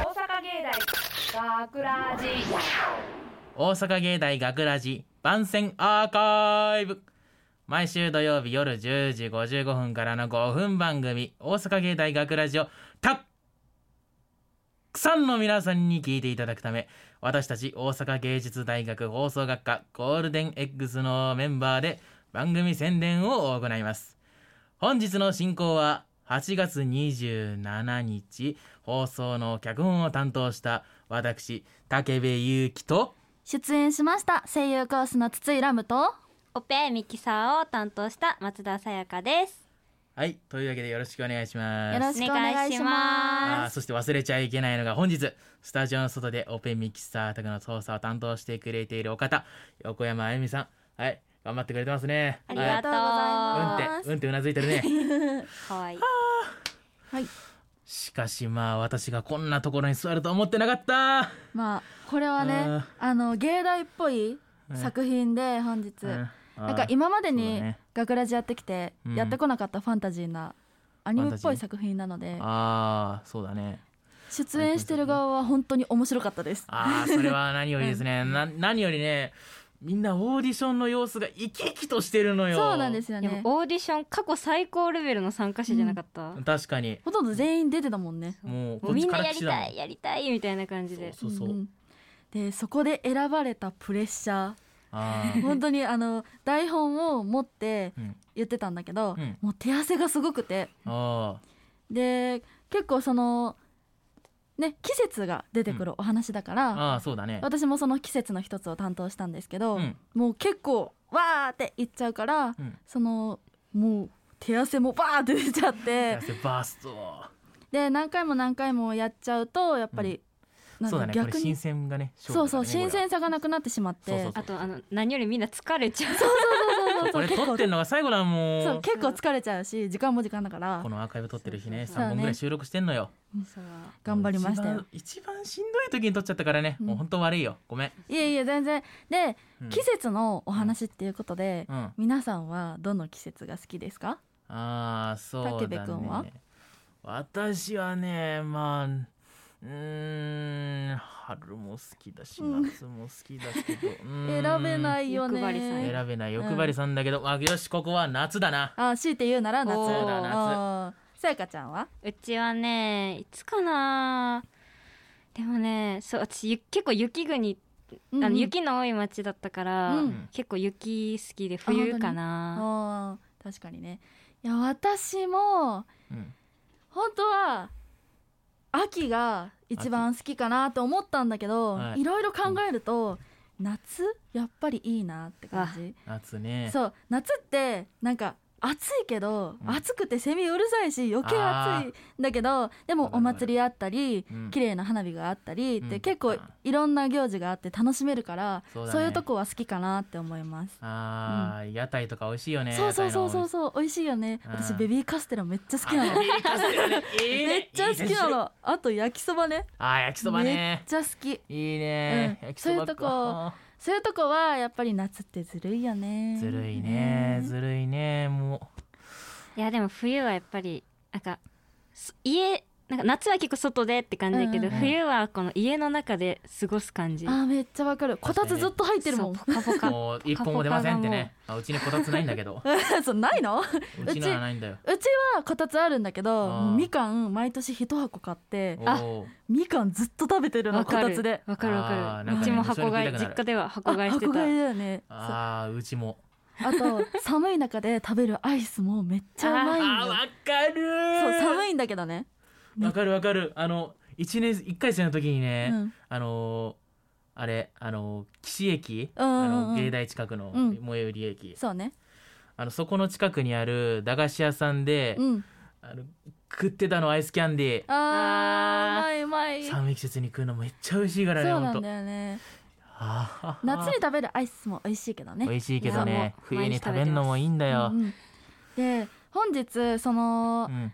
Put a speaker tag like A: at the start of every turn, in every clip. A: 大学ラジ
B: 大阪芸大学ラジ番宣アーカイブ毎週土曜日夜10時55分からの5分番組「大阪芸大学ラジをたっくさんの皆さんに聞いていただくため私たち大阪芸術大学放送学科ゴールデン X のメンバーで番組宣伝を行います本日の進行は8月27日放送の脚本を担当した私武部勇樹と
C: 出演しました声優コースの筒井ラムと
D: オペミキサーを担当した松田さやかです。
B: はい、というわけでよろしくお願いします。
C: よろしくお願いし
B: あ
C: ま
B: ー
C: す
B: そして忘れちゃいけないのが本日スタジオの外でオペミキサー宅の操作を担当してくれているお方横山あゆみさんはい頑張ってくれてますね
D: ありがとうござい
B: は
D: ま
B: い
D: す。
B: うんってうんってうなずいてるね
D: 可愛い
B: しかしまあ私がこんなところに座ると思ってなかった
C: まあこれはね
B: あ
C: あの芸大っぽい作品で本日
B: うん
C: なん
B: あ
C: か
B: ー
C: 今まで
B: そうだ
C: に
B: ね
C: 学ラジやってきて
B: うん
C: やってこなかったファンタジーなアニメっぽい
B: ファンタジー
C: 作品なので
B: あーそうだね
C: 出演してる側は本当に面白かったです
B: あーそれは何よりですね、な何よりねみんなオーディションの様子が生き生きとしてるのよ
C: そうなんですよ
D: でも
C: ね
D: オーディション過去最高レベルの参加者じゃなかった。
B: 確かに
C: ほとんど全員出てたもんね
B: もう
D: も
B: こ
D: う
B: っ
D: み
B: ち
D: ん
B: か
D: な
B: ら
D: や
B: 来
D: り
B: てたもん
D: たいやりたいみたいな感じで。
B: そうそう、
C: んでそこで選ばれたプレッシャ
B: あ
C: ー本当にあの台本を持って
B: ー、うん、
C: 言ってたんだけど、
B: うん
C: もう手汗がすごくて
B: あ
C: で結構そのね季節が出てくるお話だか
B: ー
C: ら、
B: あーそうだね
C: 私もその季節の一つを担当したんですけど、
B: うん
C: もう結構わーって言っちゃうから、
B: うん
C: そのもう手汗もバーって出ちゃっ
B: 手
C: て
B: 汗バースト
C: で何回も何回もやっちゃうとやっぱり、なん
B: そう
C: か
B: だねこれ新鮮がね勝
C: そう
B: 負だ
C: そう
B: からね
C: 新鮮さがなくなってしまって
B: そうそうそう
D: あとあの何よりみんな疲れちゃう。そ
C: そ
D: う
C: う
B: これ撮ってんのが最後だもん
C: そう結構疲れちゃうし時間も時間だから
B: このアーカイブ撮ってる日ね
D: そう
C: そう
B: 3本ぐらい収録してんのよ
C: 頑張りましたよ
B: 一番一番しんどい時に撮っちゃったからね、
C: うん
B: もう本当悪いよごめん、
C: いえいえ全然で、
B: うん
C: 季節のお話っていうことで、
B: うん、あ
C: 皆さんはどの季節が好きですか
B: あーそうだね
C: 武部君は
B: 私はねまあうーん春も好きだし
C: うん
B: 夏も好きだけ ど、
C: 選べないいよね
D: 欲張りさん
C: 選べ
B: 選べない欲張りさんだけど、あよしここは夏だな
C: あ強いて言うなら夏
D: そうだ
B: 夏
C: あーさやかちゃんは
D: ちはねいつかな。でもねそう私ゆ結構雪国あの、雪の多い町だったから、
C: うん
D: 結構雪好きで冬か
C: あ
D: な。
C: ー確かにねいや私も
B: うん
C: 本当は秋が一番好きかなと思ったんだけど、
B: はい
C: い、ろいろ考えると、夏やっぱりいいなって感じ
B: 夏ね
C: そう夏ってなんか暑いけど、
B: うん
C: 暑くてセミうるさいし余計暑いんだけどで
B: わ
C: も
B: かる
C: お祭りあったり
B: うん
C: 綺麗な花火があったりって、
B: うん
C: 結構いろんな行事があって楽しめるから
B: そ
C: そうう,、
B: だね
C: いうとこは好きかなって思います。
B: あー、屋台とか美味しいよね
C: そうそうそうそ
B: そ
C: うそう美味しいよね
B: うん
C: 私ベビーカステラめっちゃ好きなのめっ
B: いいね
C: ちゃ好きなのあと焼きそばね
B: あー焼きそば
C: め
B: ね
C: っちゃ好き
B: いいね、
C: うん
B: 焼きそば
C: そういうとこ
B: か
C: そういうとこはやっぱり夏ってずるいよね
B: ずるいね
C: ね
B: ずるいねも
D: いやでも冬はやっぱりなんかそ家なんか夏は結構外でって感じだけど、
C: うん
B: うん
D: 冬はこの家の中で過ごす感じ。
C: あーめっちゃわかるこ
B: 確か
C: た
B: にね
C: つずっと入ってる もん
D: そうポカポ
B: う
D: カ。
B: もう一本も出ませんってねあうちにこたつないんだけ ど
C: そうないの
B: うちのはないんだよ
C: うちはこたつあるんだけど
B: あー
C: みかん毎年一箱買って
B: おー
C: みかんずっと食べてるの
D: わ
C: こ
D: か
C: た
D: る
C: つで。
D: わかる
B: あー
D: わか
B: なん
D: る。う
B: か
D: ちも
B: ね
D: 箱買い
B: 一緒に食いたくなる
D: 実家では箱
C: あ
D: 買いして
C: 箱
D: た。
C: 買いだよねそうあ
B: あーうちも
C: と寒い中で食べるアイスもめっちゃうまい
B: あー
C: ん
B: わ
C: よ
B: か
C: そう
B: る
C: 寒いんだけどね
B: わかるわかるあの一年一回生の時にね、
C: うん
B: あのーあれあのー岸駅、
C: うんうんうん
B: あの芸大近くの
C: うん
B: 最寄り駅、
C: そうね
B: あのそこの近くにある駄菓子屋さんで、
C: うん
B: あの食ってたのアイスキャンディー
C: あーうまいうまいそう
B: 寒い季節に食うのめっちゃ美味しいからね
C: な
B: 本
C: ん
B: 当
C: だよね
B: あー
C: 夏に食べるアイスも美味しいけどね
B: 美味しいけど
D: いやもう
B: ね冬
D: 毎
B: に
D: 日
B: 食べるのもいいんだよ、
C: うんうんで本日その
B: うん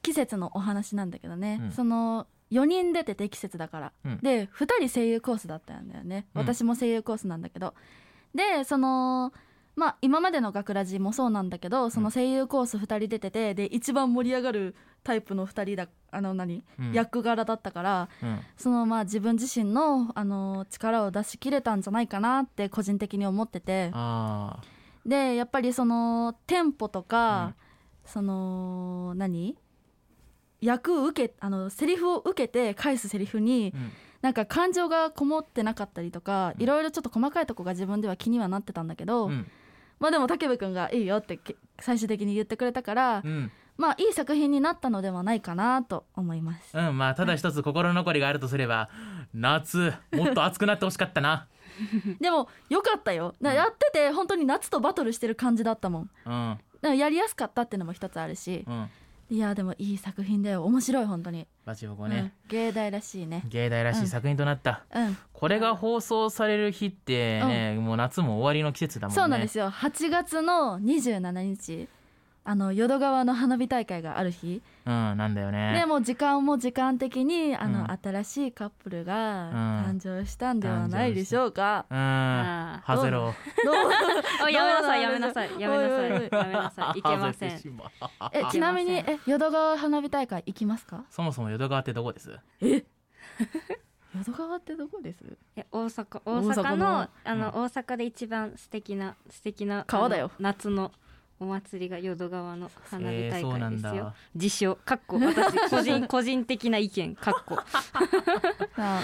C: 季節のお話なんだけどね、
B: うん
C: その4人出てて季節だから、
B: うん
C: で2人声優コースだったんだよね
B: うん
C: 私も声優コースなんだけど、でそのまあ今までの学ラジもそうなんだけどその声優コース2人出ててで一番盛り上がるタイプの2人だあの何、
B: うん
C: 役柄だったから
B: うん
C: そのまあ自分自身のあの力を出し切れたんじゃないかなって個人的に思ってて
B: あ
C: でやっぱりそのテンポとか、その何役を受けあのセリフを受けて返すセリフに
B: ー、うん
C: なんか感情がこもってなかったりとか、
B: うん
C: いろいろちょっと細かいとこが自分では気にはなってたんだけ
B: う
C: ど、
B: ん
C: まあでも武部君が「いいよ」ってけ最終的に言ってくれたから、
B: うん
C: まあいい作品になったのではないかなと思います。
B: うんまあただ一つ心残りがあるとすれば夏もっと暑くなってほしかったな
C: でもよかったよな
B: うん
C: やってて本当に夏とバトルしてる感じだったもん
B: うん
C: だからやりやすかったっていうのも一つあるし
B: うん
C: いやでもいい作品だよ面白い本当に
B: バチボコね、
C: うん、芸大らしいね
B: 芸大らしい作品となった、
C: うん
B: これが放送される日ってね、もう夏も終わりの季節だもんね
C: そうなんですよ8月の27日あの淀川の花火大会がある日、
B: うんなんだよ
C: で
B: ね
C: もう時間も時間的にあの、
B: うん
C: 新しいカップルが
B: うん
C: 誕生したんではないでしょうか、
B: うんハ
D: あー
B: ゼロ
C: どう
D: あやめなさいやめなさいやめなさい
C: おいおいおい
D: やめなさいいけません
B: 外してしまう
C: えちなみにえ淀川花火大会行きますか
B: そもそも淀川ってどこです
C: 淀川ってどこです
D: え大阪
C: 大
D: 大
C: 阪の
D: 阪のあの、
B: う
D: 大阪で一番素敵な素敵な
C: 川だよ
D: あの夏のお祭りが淀川の花火
B: えー
D: 大
B: そうな
D: 会
B: ん
D: ですよ、
B: だ
D: 自称かっこ私個人個人的な意見かっこ
C: まあ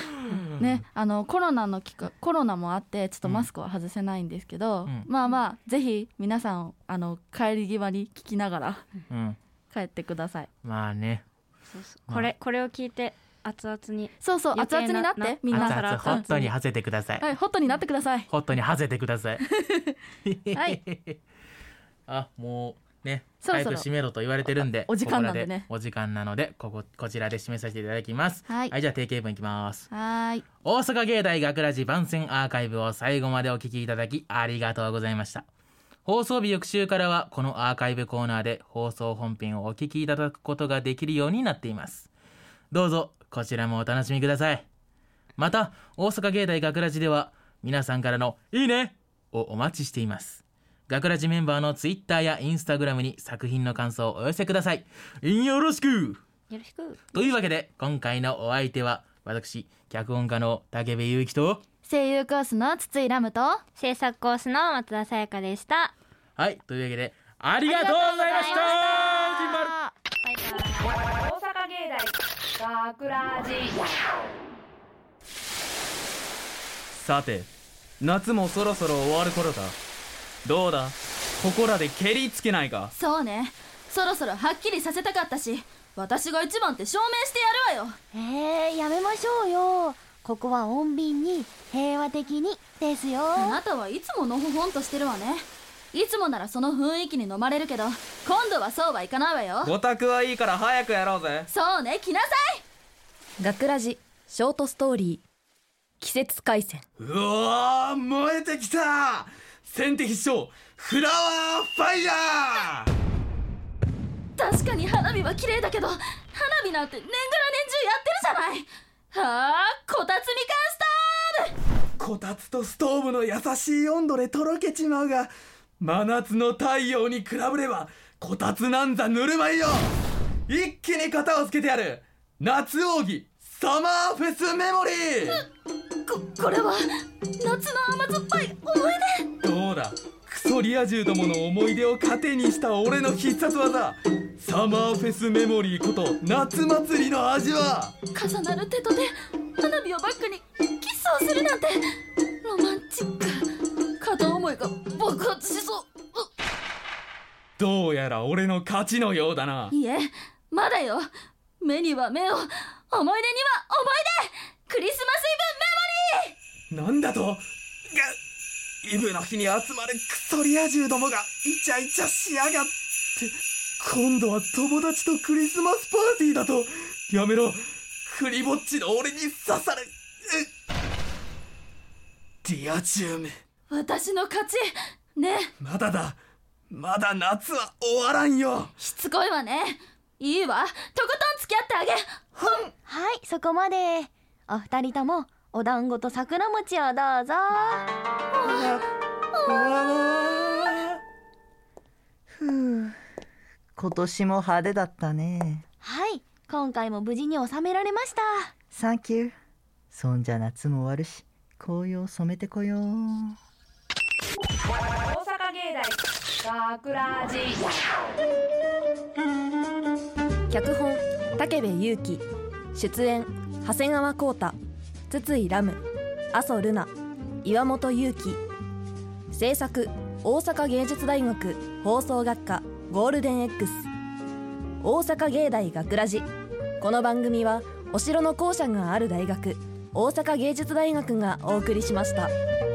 C: ね、あのコロナの期間コロナもあってちょっとマスクは外せないんですけど、
B: うん
C: まあまあぜひ皆さんあの帰り際に聞きながら
B: うん
C: 帰ってください
B: まあね
D: そうそうこれこれを聞いて熱々に
C: そうそう
D: 余
C: 熱
D: 計
C: 々になっ
D: な
C: てみんな
B: 熱
D: さ
B: 々
D: ら
B: ホットにハゼてください
C: はいホットになってください
B: ホットにハゼてください
C: はい
B: あもうね
C: そろそろ
B: 早く閉めろと言われてるんで
C: おお時間なんでね
B: ここらお時間なのでこここちらで締めさせていただきます
C: はい
B: はいじゃあ定型文いきます
C: はーい
B: 大阪芸大学ラジ番宣アーカイブを最後までお聞きいただきありがとうございました放送日翌週からはこのアーカイブコーナーで放送本編をお聞きいただくことができるようになっていますどうぞこちらもお楽しみくださいまた大阪芸大学ラジでは皆さんからの「いいね!」をお待ちしています学ラジメンバーのツイッターやインスタグラムに作品の感想をお寄せくださいよろしく
D: よろしく
B: というわけで今回のお相手は私脚本家の武部祐一と
C: 声優コースの筒井ラムと
D: 制作コースの松田さやかでした
B: はいというわけでありがとうございましたジンバル
D: バイバ
A: 大
D: イ
A: 阪芸大学ラジ
E: さて夏もそろそろ終わる頃だどうだここらで蹴りつけないか
C: そうねそろそろはっきりさせたかったし私が一番って証明してやるわよ
F: えー、やめましょうよここは穏便に平和的にですよ
C: あなたはいつものほほんとしてるわねいつもならその雰囲気に飲まれるけど今度はそうはいかないわよ
E: ごたくはいいから早くやろうぜ
C: そうね来なさい
G: 学ラジショートストーリー季節回線
E: うわー燃えてきた戦敵賞フラワーファイヤー
C: 確かに花火は綺麗だけど花火なんて年がら年中やってるじゃないはあこたつみかんスター
E: こたつとストーブの優しい温度でとろけちまうが真夏の太陽に比べればこたつなんざぬるまいよ一気に型をつけてやる夏奥義サマーフェスメモリ
C: ブここれは夏の甘酸っぱい思い
E: ーどうだクソリア充どもの思い出を糧にした俺の必殺技サマーフェスメモリーこと夏祭りの味は
C: 出重なる手と手花火をバックにキスをするなんてロマンチック片思いが爆発しそう
E: どうやら俺の勝ちのようだな
C: ういえまだよ目には目を思い出には思い出クリスマスイブメモリー
E: なんだとがイブの日に集まるクソリア充どもがイチャイチャしやがって今度は友達とクリスマスパーティーだとやめろクリぼっちの俺に刺されうディアチューム
C: 私の勝ちね
E: まだだまだ夏は終わらんよ
C: しつこいわねいいわとことん付き合ってあげ
F: はいそこまでお二人ともお団子と桜餅をどうぞ
E: わわわわ
H: 今年も派手だったね
F: はい今回も無事に収められました
H: サンキューそんじゃ夏も終わるし紅葉染めてこよう
A: 大阪芸大学ラジ
C: 脚本武部勇樹出演長谷川浩太筒井ラム阿蘇ルナ岩本勇樹制作大阪芸術大学放送学科ゴールデン X 大阪芸大学ラジこの番組はお城の校舎がある大学大阪芸術大学がお送りしました。